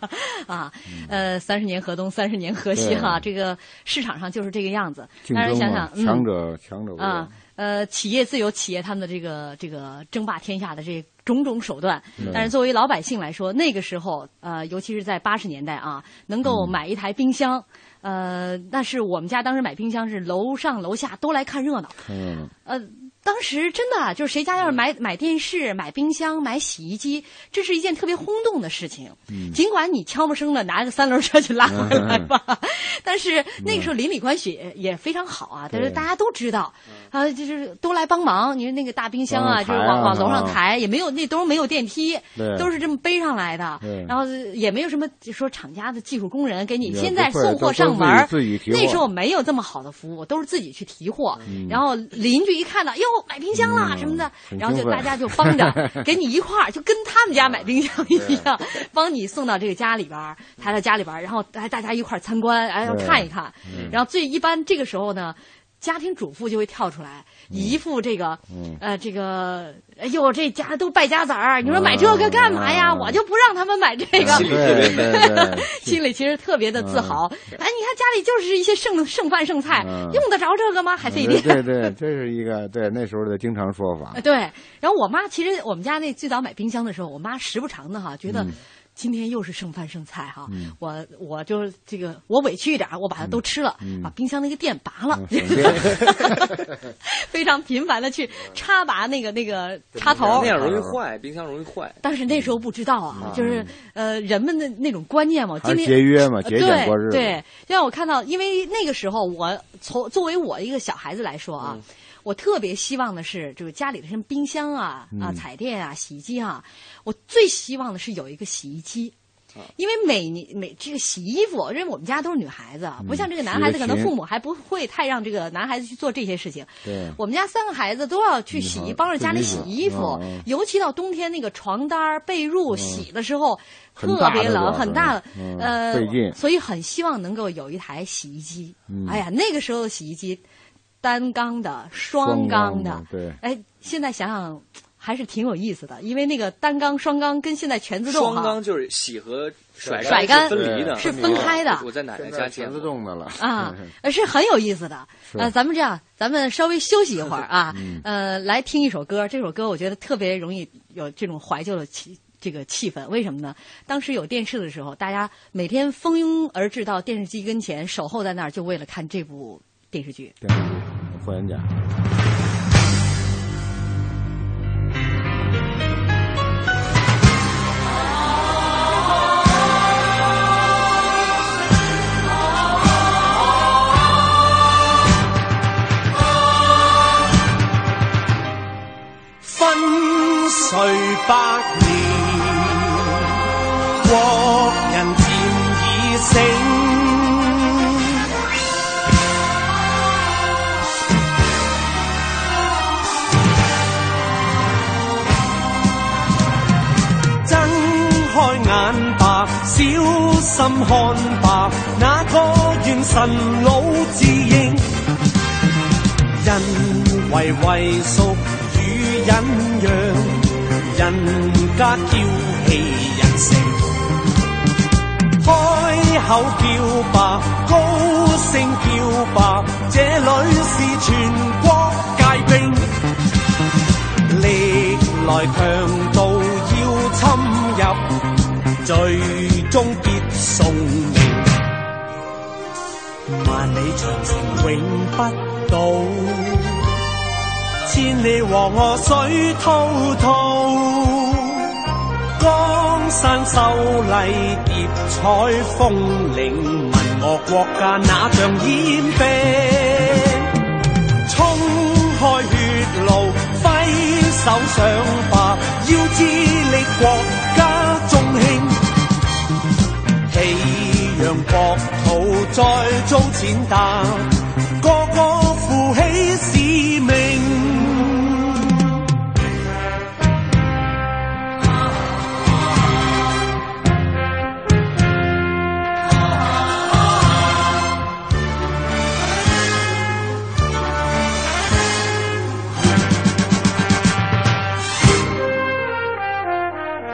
(laughs) 啊，呃，三十年河东，三十年河西
对
哈，这个市场上就是这个样子。
竞
但是
争
想
嘛
想，，
强
嗯
者强者为
啊，呃，企业自有企业他们的这个这个争霸天下的这种种手段
嗯，
但是作为老百姓来说，那个时候，呃，尤其是在八十年代啊，能
嗯
够买一台冰箱，呃，那是我们家当时买冰箱是楼上楼下都来看热闹，
嗯，
呃，当时真的啊就是谁家要是买买电视、买冰箱、买洗衣机，这是一件特别轰动的事情。
嗯
尽管你悄没声的拿个三轮车去拉回来吧， (laughs) 但是那个时候邻里关系也也非常好啊，但是
对
大家都知道，啊，就是都来帮忙。你说那个大冰箱啊，
往上
就
抬
是
啊
往往楼上
啊
抬，也没有那都没有电梯
对，
都是这么背上来的
对。
然后也没有什么就说厂家的技术工人给你
也
现
不
在
会
送
都
货
都
上
自
门
己
儿，
自己提
那
货
时候没有这么好的服务，都是自己去提货。
嗯
然后邻居一看到，哟，买冰箱
嗯
啦什么的，
很
然后就
兴奋
大家就帮
(laughs)
着给你一块儿，就跟他们家买冰箱一样，帮你送到这个家里边儿，抬到家里边儿，然后大大家一块儿参观，哎，要
对
看一看。
嗯
然后最一般这个时候呢。家庭主妇就会跳出来，以一副这个，
嗯
呃，这个，哎呦，这家都败家子儿，你说买这个干嘛呀？我就不让他们买这个，
心里特别嗯对对对
(laughs) 心里其实特别的自豪。哎，你看家里就是一些剩剩饭剩菜，
嗯
用得着这个吗？还费
对
电。
对对，这是一个对那时候的经常说法
呃。 (laughs) 对，然后我妈其实我们家那最早买冰箱的时候，我妈时不常的哈，觉得
嗯
今天又是剩饭剩菜哈，
嗯
我我就是这个我委屈一点儿，我把它都吃了，
嗯嗯
把冰箱那个电拔了， (laughs)
省嗯电
非常频繁的去插拔那个那个插头，
那样容易坏，冰箱容易坏。
但是那时候不知道啊，
嗯
就是呃人们的那种观念嘛，
还是
今天
节约嘛
呃
节俭过日子
对对，就让我看到，因为那个时候我从作为我一个小孩子来说啊，
嗯
我特别希望的是，就是家里的什么冰箱啊、啊
嗯
彩电啊、洗衣机啊，我最希望的是有一个洗衣机。
啊
因为每年每这个洗衣服，因为我们家都是女孩子啊，不
嗯
像这个
洗
男
个
孩子，可能
裙
父母还不会太让这个男孩子去做这些事情。
对
嗯
我们家三个孩子都要去
女
洗
孩
衣，
儿
帮着
洗
家里
衣
洗
服
衣服
嗯嗯，
尤其到冬天那个床单儿、被褥洗的时候，
嗯很
特
大
别
的
冷，
是
很大的
嗯，
呃
费劲，
所以很希望能够有一台洗衣机
嗯。
哎呀，那个时候的洗衣机，单缸的、
双
双缸的
的，，对，
哎，现在想想还是挺有意思的，因为那个单缸、双缸跟现在全自动
双
哈
缸就是洗和甩
甩
干
干
是分离的，
是分开的
我在奶奶
现在
家
全
见
自
过。
动的了 (laughs)
啊，呃是很有意思的。
是
呃，咱们这样，咱们稍微休息一会儿啊，呃，来听一首歌。这首歌我觉得特别容易有这种怀旧的气。这个气氛为什么呢？当时有电视的时候，大家每天蜂拥而至到电视机跟前，守候在那儿，就为了看这部电视剧。
电视剧霍元甲。
分碎百年，國人戰意看吧，那個元神老自認，因為畏縮與忍讓，人家驕氣人性。開口叫吧，高聲叫吧，這裏是全國皆兵，歷來強盜要侵入。最終必送命，萬里長城永不倒，千里和我水滔滔，江山秀麗疊彩風鈴，問我國家哪像煙兵？衝開血路，揮手上吧，要致力國家中興。氣揚國土再遭踐踏，個個負起使命。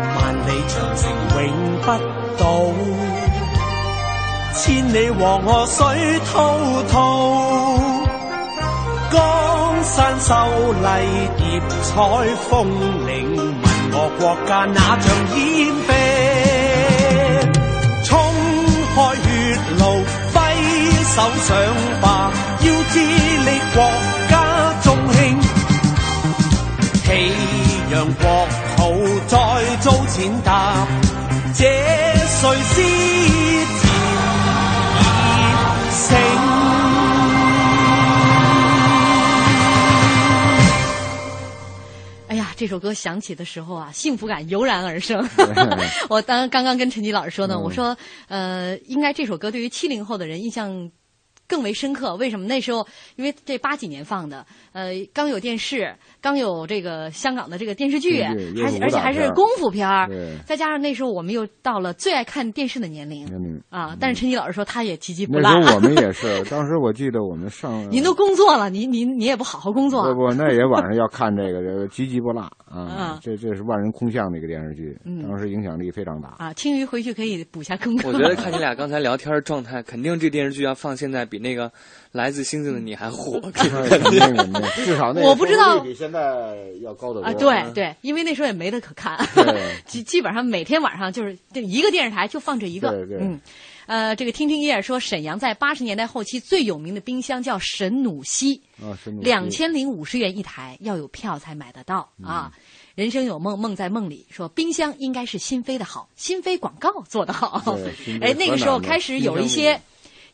萬里長城永不倒。千里和我水滔滔，江山秀麗疊彩風鈴，問我國家哪像煙兵？衝開血路，揮手上吧，要致力國家中興。氣揚國土再遭踐踏，這誰是？
哎呀，这首歌响起的时候啊，幸福感油然而生。我当刚刚跟陈吉老师说呢，
嗯
我说，呃，应该这首歌对于七零后的人印象更为深刻。为什么？那时候因为这八几年放的，呃，刚有电视，刚有这个香港的这个电视剧，
电视剧又
还
是
是
武
而且
打
还是
片儿
功夫片儿
对，
再加上那时候我们又到了最爱看电视的年龄
嗯
啊。但是陈吉老师说他也积极不
那
落。
时候我们也是，当时我记得我们上
(laughs) 您都工作了，您您你也不好好工作啊、
不不，那也晚上要看这个这个《吉吉不落》啊
啊，
这这是万人空巷的一个电视剧，
嗯
当时影响力非常 (laughs) 大。
啊，青鱼回去可以补一下坑
我觉得看你俩刚才聊天的状态，肯定这电视剧要放现在比那个《来自星星的你》还火，
至少
我不知道
比现在要高得多
啊，对对，因为那时候也没得可看， (laughs) 基基本上每天晚上就是这一个电视台就放这一个，
对对
嗯。呃，这个听听叶儿说，沈阳在八十年代后期最有名的冰箱叫神努西，
啊，是努力
两千零五十元一台，要有票才买得到啊！人生有梦，梦在梦里。说冰箱应该是新飞的好，新飞广告做得好
对新。飞
哎，那个时候开始有一些，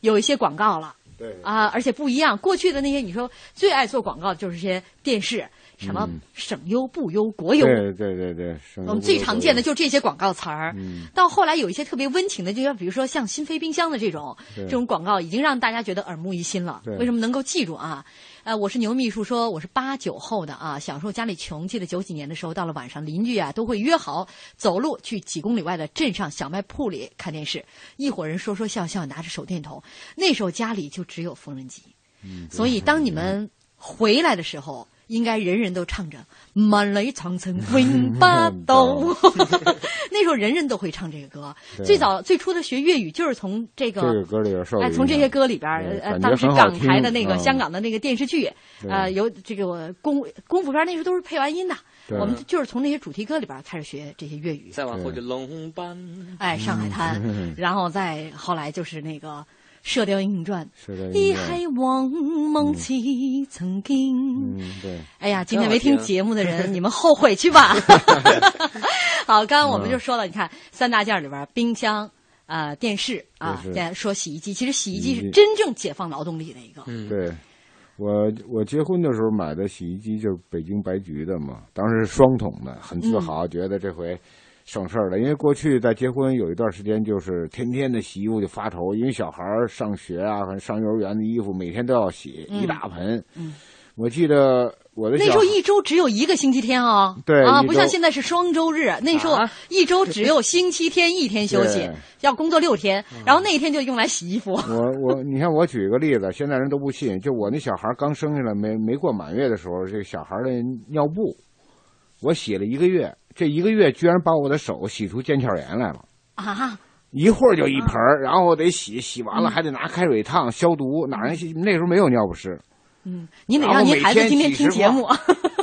有一些广告了。
对
啊，而且不一样。过去的那些，你说最爱做广告的就是些电视，什么
嗯
省优、部优、国优，
对对对对，
哎我们最常见的
就
就是这些广告词儿。
嗯
到后来有一些特别温情的，就像比如说像新飞冰箱的这种
对
这种广告，已经让大家觉得耳目一新了
对。
为什么能够记住啊？呃，我是牛秘书说，我是八九后的啊，小时候家里穷，记得九几年的时候，到了晚上，邻居啊都会约好走路去几公里外的镇上小卖铺里看电视，一伙人说说笑笑，拿着手电筒。那时候家里就只有缝纫机，
嗯
所以当你们回来的时候，应该人人都唱着“满雷长
(laughs)
城永不倒”。 (laughs) 那时候人人都会唱这个歌。
嗯对
最早最初的学粤语就是从这
这
个。
个歌里边受
哎，从这些歌里边儿，
对
呃，
感觉
当时
很好
港台的那个
听嗯
香港的那个电视剧，
对
呃，有这个功功夫片儿，那时候都是配完音的。
对
我们就是从那些主题歌里边儿开始学这些粤语。
再往后就龙红斑，
哎，上海滩，
嗯
然后再后来就是那个《射雕英雄传》，
英雄
你
传
还望梦起曾经。
嗯对，
哎呀，今
真
天
好
没听
听
节目
(laughs)
的人，你们后悔去吧。好，刚
嗯
刚我们就说了，你看三大件儿里边儿，冰箱、啊、电视啊
电视，
再说洗衣机。其实洗衣
洗
机
衣机
是真正解放劳动力的一个。
嗯，
对。我我结婚的时候买的洗衣机就是北京白菊的嘛，当时是双筒的，很自
嗯
豪，觉得这回省事儿了。因为过去在结婚有一段时间，就是天天的洗衣服就发愁，因为小孩儿上学啊，上幼儿园的衣服每天都要洗
嗯
一大盆。
嗯
我记得我的
那时候一周只有一个星期天啊、哦，
对
啊，
一
不
周啊
像现在是双周日，那时候一周只有星期天一天休息
对，嗯
要工作六天，然后那一天就用来洗衣服。
我我，你看我举一个例子，现在人都不信，就我那小孩刚生下来没没过满月的时候，这个小孩的尿布，我洗了一个月，这一个月居然把我的手洗出腱鞘炎来了。
啊，
一会儿就一盆儿，然后我得洗，洗完了还得拿开水烫消毒，哪能洗那时候没有尿不湿。
嗯，你得让您孩子今天听
(laughs)
节目。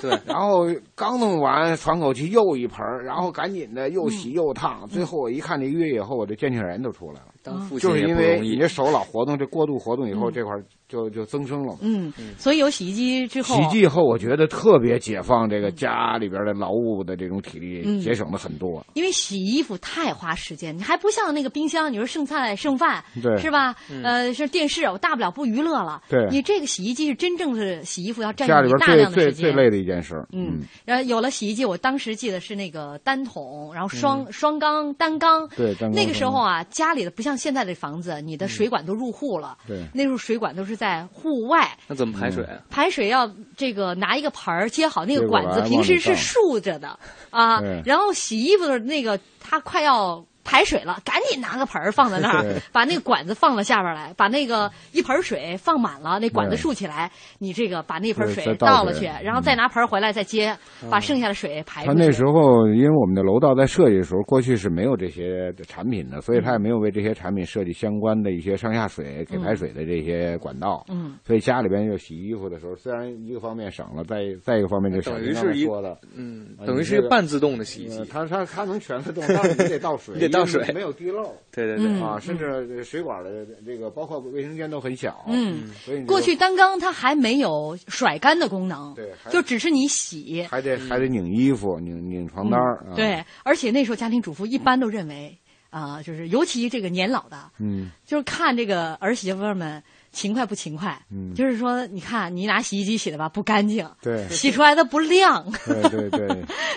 对，然后刚弄完喘口气又一盆儿，然后赶紧的又洗又烫，最后我一看这一个月以后，我这腱鞘炎都出来了。
嗯当父亲
就是
也
因
不
为
容
你
易。
这手老活动，这过度活动以后，
嗯
这块儿就就增生了嘛。
嗯，所以有洗衣机之后，
洗剂以后，我觉得特别解放这个家里边的劳务的这种体
嗯
力，节省了很多。
因为洗衣服太花时间，你还不像那个冰箱，你说剩菜剩饭，
对
是吧？
嗯
呃，是电视，我大不了不娱乐了。
对
你这个洗衣机是真正是洗衣服要占
家里
用你
边
大
最
量的
最
时间。
最累的一件事儿，
嗯，然后有了洗衣机，我当时记得是那个单桶，然后双、双缸、单缸。
对单缸
那个时候啊，家里的不像现在的房子，你的水管都入户了。
对
那时候水管都是在户外，嗯
那怎么排水啊？
排水要这个拿一个盆儿接好那
接
个
过
管子，
来
平
往
时
里
是
倒
竖着的啊
对。
然后洗衣服的那个，它快要排水了，赶紧拿个盆儿放在那儿
对，
把那个管子放到下边儿来，把那个一盆儿水放满了，那管子
对
竖起来，你这个把那盆儿
对
水
再倒
倒了
水
去，然后再拿盆儿回来再接，把剩下的水排
嗯他
出
那
去。
时候，因为我们的楼道在设计的时候，过去是没有这些产品的，所以他也没有为这些产品设计相关的一些上下水给排水的这些管道。
嗯
所以家里边就洗衣服的时候，虽然一个方面省了，再再一个方面就省了。
等于
刚才
是一
说的，
嗯
啊，
等于
你
是一
这
个
个
半自动的洗衣机
呃。它它它能全
(laughs)
自动，但是你得倒水，
你得倒水
因为没有滴漏。
对对对嗯
啊，
嗯
甚至水管的这个包括卫生间都很小。
嗯
所以你就
过去单缸它还没有甩干的功能，
对还
就只是你洗，
还得还得拧衣服、拧拧床单儿。啊
嗯对，，而且那时候家庭主妇一般都认为啊、就是尤其这个年老的，
嗯，
就是看这个儿媳妇儿们勤快不勤快，
嗯
就是说，你看你拿洗衣机洗的吧，不干净，
对
洗出来的不亮，
对对
(laughs)
对，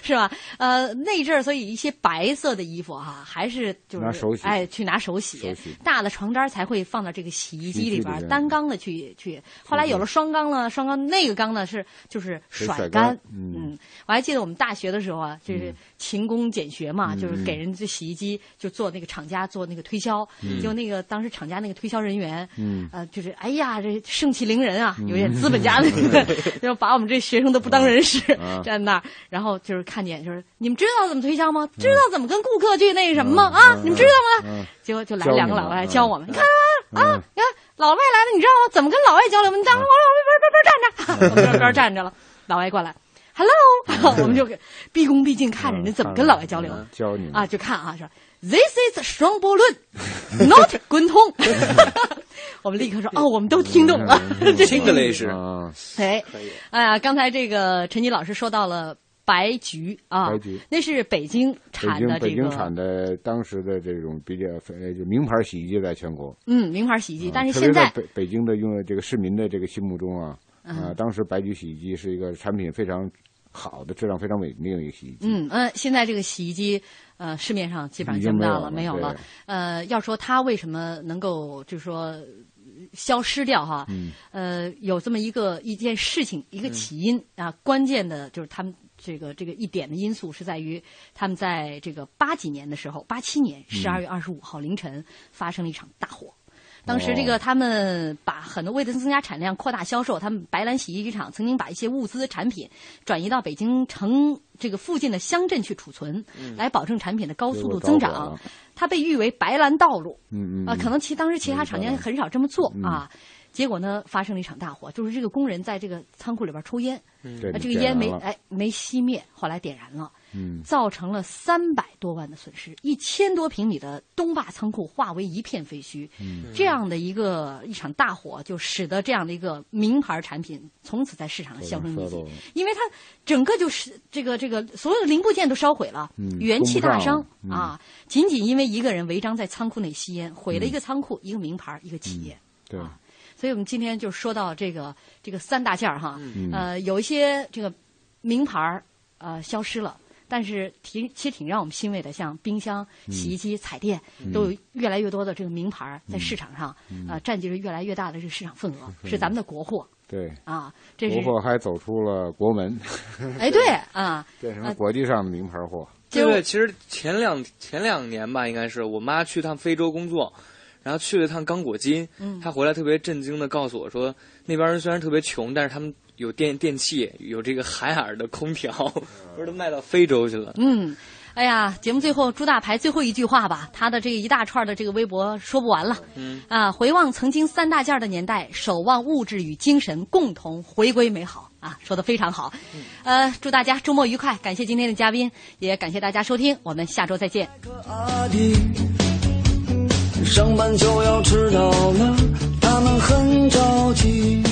是吧？呃，那一阵儿，所以一些白色的衣服哈、还是就是
拿手洗
哎，去拿手洗，
手洗
大的床单儿才会放到这个洗衣
洗衣
机
机
里
里嗯
边儿，
边
单缸的去去。后来有了双缸了，双缸那个缸呢是就是
得
甩
甩
干
干，嗯
我还记得我们大学的时候啊，就是勤工俭学嘛，
嗯
就是给人这洗衣机就做那个厂家做那个推销，
嗯
就那个当时厂家那个推销人员，
嗯
呃，就是哎呀，这盛气凌人啊，
嗯
有点资本家的那
(laughs)
个，就把我们这学生都不当人使，
啊
(laughs) 站那儿，然后就是看见就是你们知道怎么推销吗？知道怎么跟顾客去那什么吗？啊，你们知道吗
嗯？
结果就来
教
两
你
个
们
老外
嗯
教我们，你看
啊，
你看老外来了，你知道吗？怎么跟老外交流吗？你当
嗯
我老外边边边站着，我们边边站着了，老外过来，Hello，我
嗯
们就毕恭毕敬看人家怎么跟老外交流
教你们
啊，就看啊，说 This is 双波论，not
(laughs)
滚通。 (laughs) 我们立刻说哦，我们都听懂了，
嗯
这个
类是
啊，
哎，哎呀，刚才这个陈吉老师说到了白菊啊，
白菊
那是北京
北
产
京
的
北
这
京
个，
产的当时的这种比较呃就名牌洗衣机在全国，啊
嗯，名牌洗衣机，但是
特别
现在
北北京的用这个市民的这个心目中啊，啊、
嗯
当时白菊洗衣机是一个产品非常好的、质量非常稳定的一个洗衣机。
嗯嗯，现在这个洗衣机，呃，市面上基本上
已
见
经
不
没
到
有
了，
了
没有
对
了。呃，要说它为什么能够，就是说呃消失掉哈，
嗯
呃，有这么一个一件事情，一个起因、
嗯
啊，关键的就是他们这个这个一点的因素是在于他们在这个八几年的时候，八七年
嗯
十二月二十五号凌晨发生了一场大火。当时这个
哦
他们把很多为了增加产量、扩大销售，他们白兰洗衣机厂曾经把一些物资产品转移到北京城这个附近的乡镇去储存，
嗯
来保证产品的高速度
结果
增
着火了
长。它被誉为“白兰道路”。
嗯嗯
啊，可能其当时其他厂家很少这么做
嗯
啊。结果呢，发生了一场大火，就是这个工人在这个仓库里边抽烟，
嗯
啊
对
这个烟没
点燃了
哎没熄灭，后来点燃了。
嗯
造成了三百多万的损失，一千多平米的东坝仓库化为一片废墟。
嗯
这样的一个一场大火，就使得这样的一个名牌产品从此在市场上销声匿迹，
嗯
因为它整个就是这个这个所有的零部件都烧毁了，
嗯
元气大
供不上
伤、
了嗯
啊！仅仅因为一个人违章在仓库内吸烟，毁了一个仓库、一个名牌、一个企业。
对，
啊所以我们今天就说到这个这个三大件儿哈，
嗯
呃，有一些这个名牌儿呃消失了。但是挺其实挺让我们欣慰的，像冰箱、
嗯
洗衣机、彩电，
嗯
都有越来越多的这个名牌儿在市场上，
嗯
呃，占据着越来越大的这个市场份额，
嗯
是咱们的国货
对
啊，这是
国货还走出了国门。 (laughs)
哎，对啊，
变成国际上的名牌货。
对对，其实前两前两年吧，应该是我妈去趟非洲工作，然后去了趟刚果金，
嗯
她回来特别震惊的告诉我说，那边人虽然特别穷，但是他们有电电器，有这个海尔的空调，不是都卖到非洲去了。
嗯。哎呀，节目最后朱大牌最后一句话吧，他的这一大串的这个微博说不完了。
嗯
啊，回望曾经三大件儿的年代，守望物质与精神共同回归美好啊，说的非常好。呃，祝大家周末愉快，感谢今天的嘉宾，也感谢大家收听，我们下周再见。
阿弟，上班就要迟到了，他们很着急。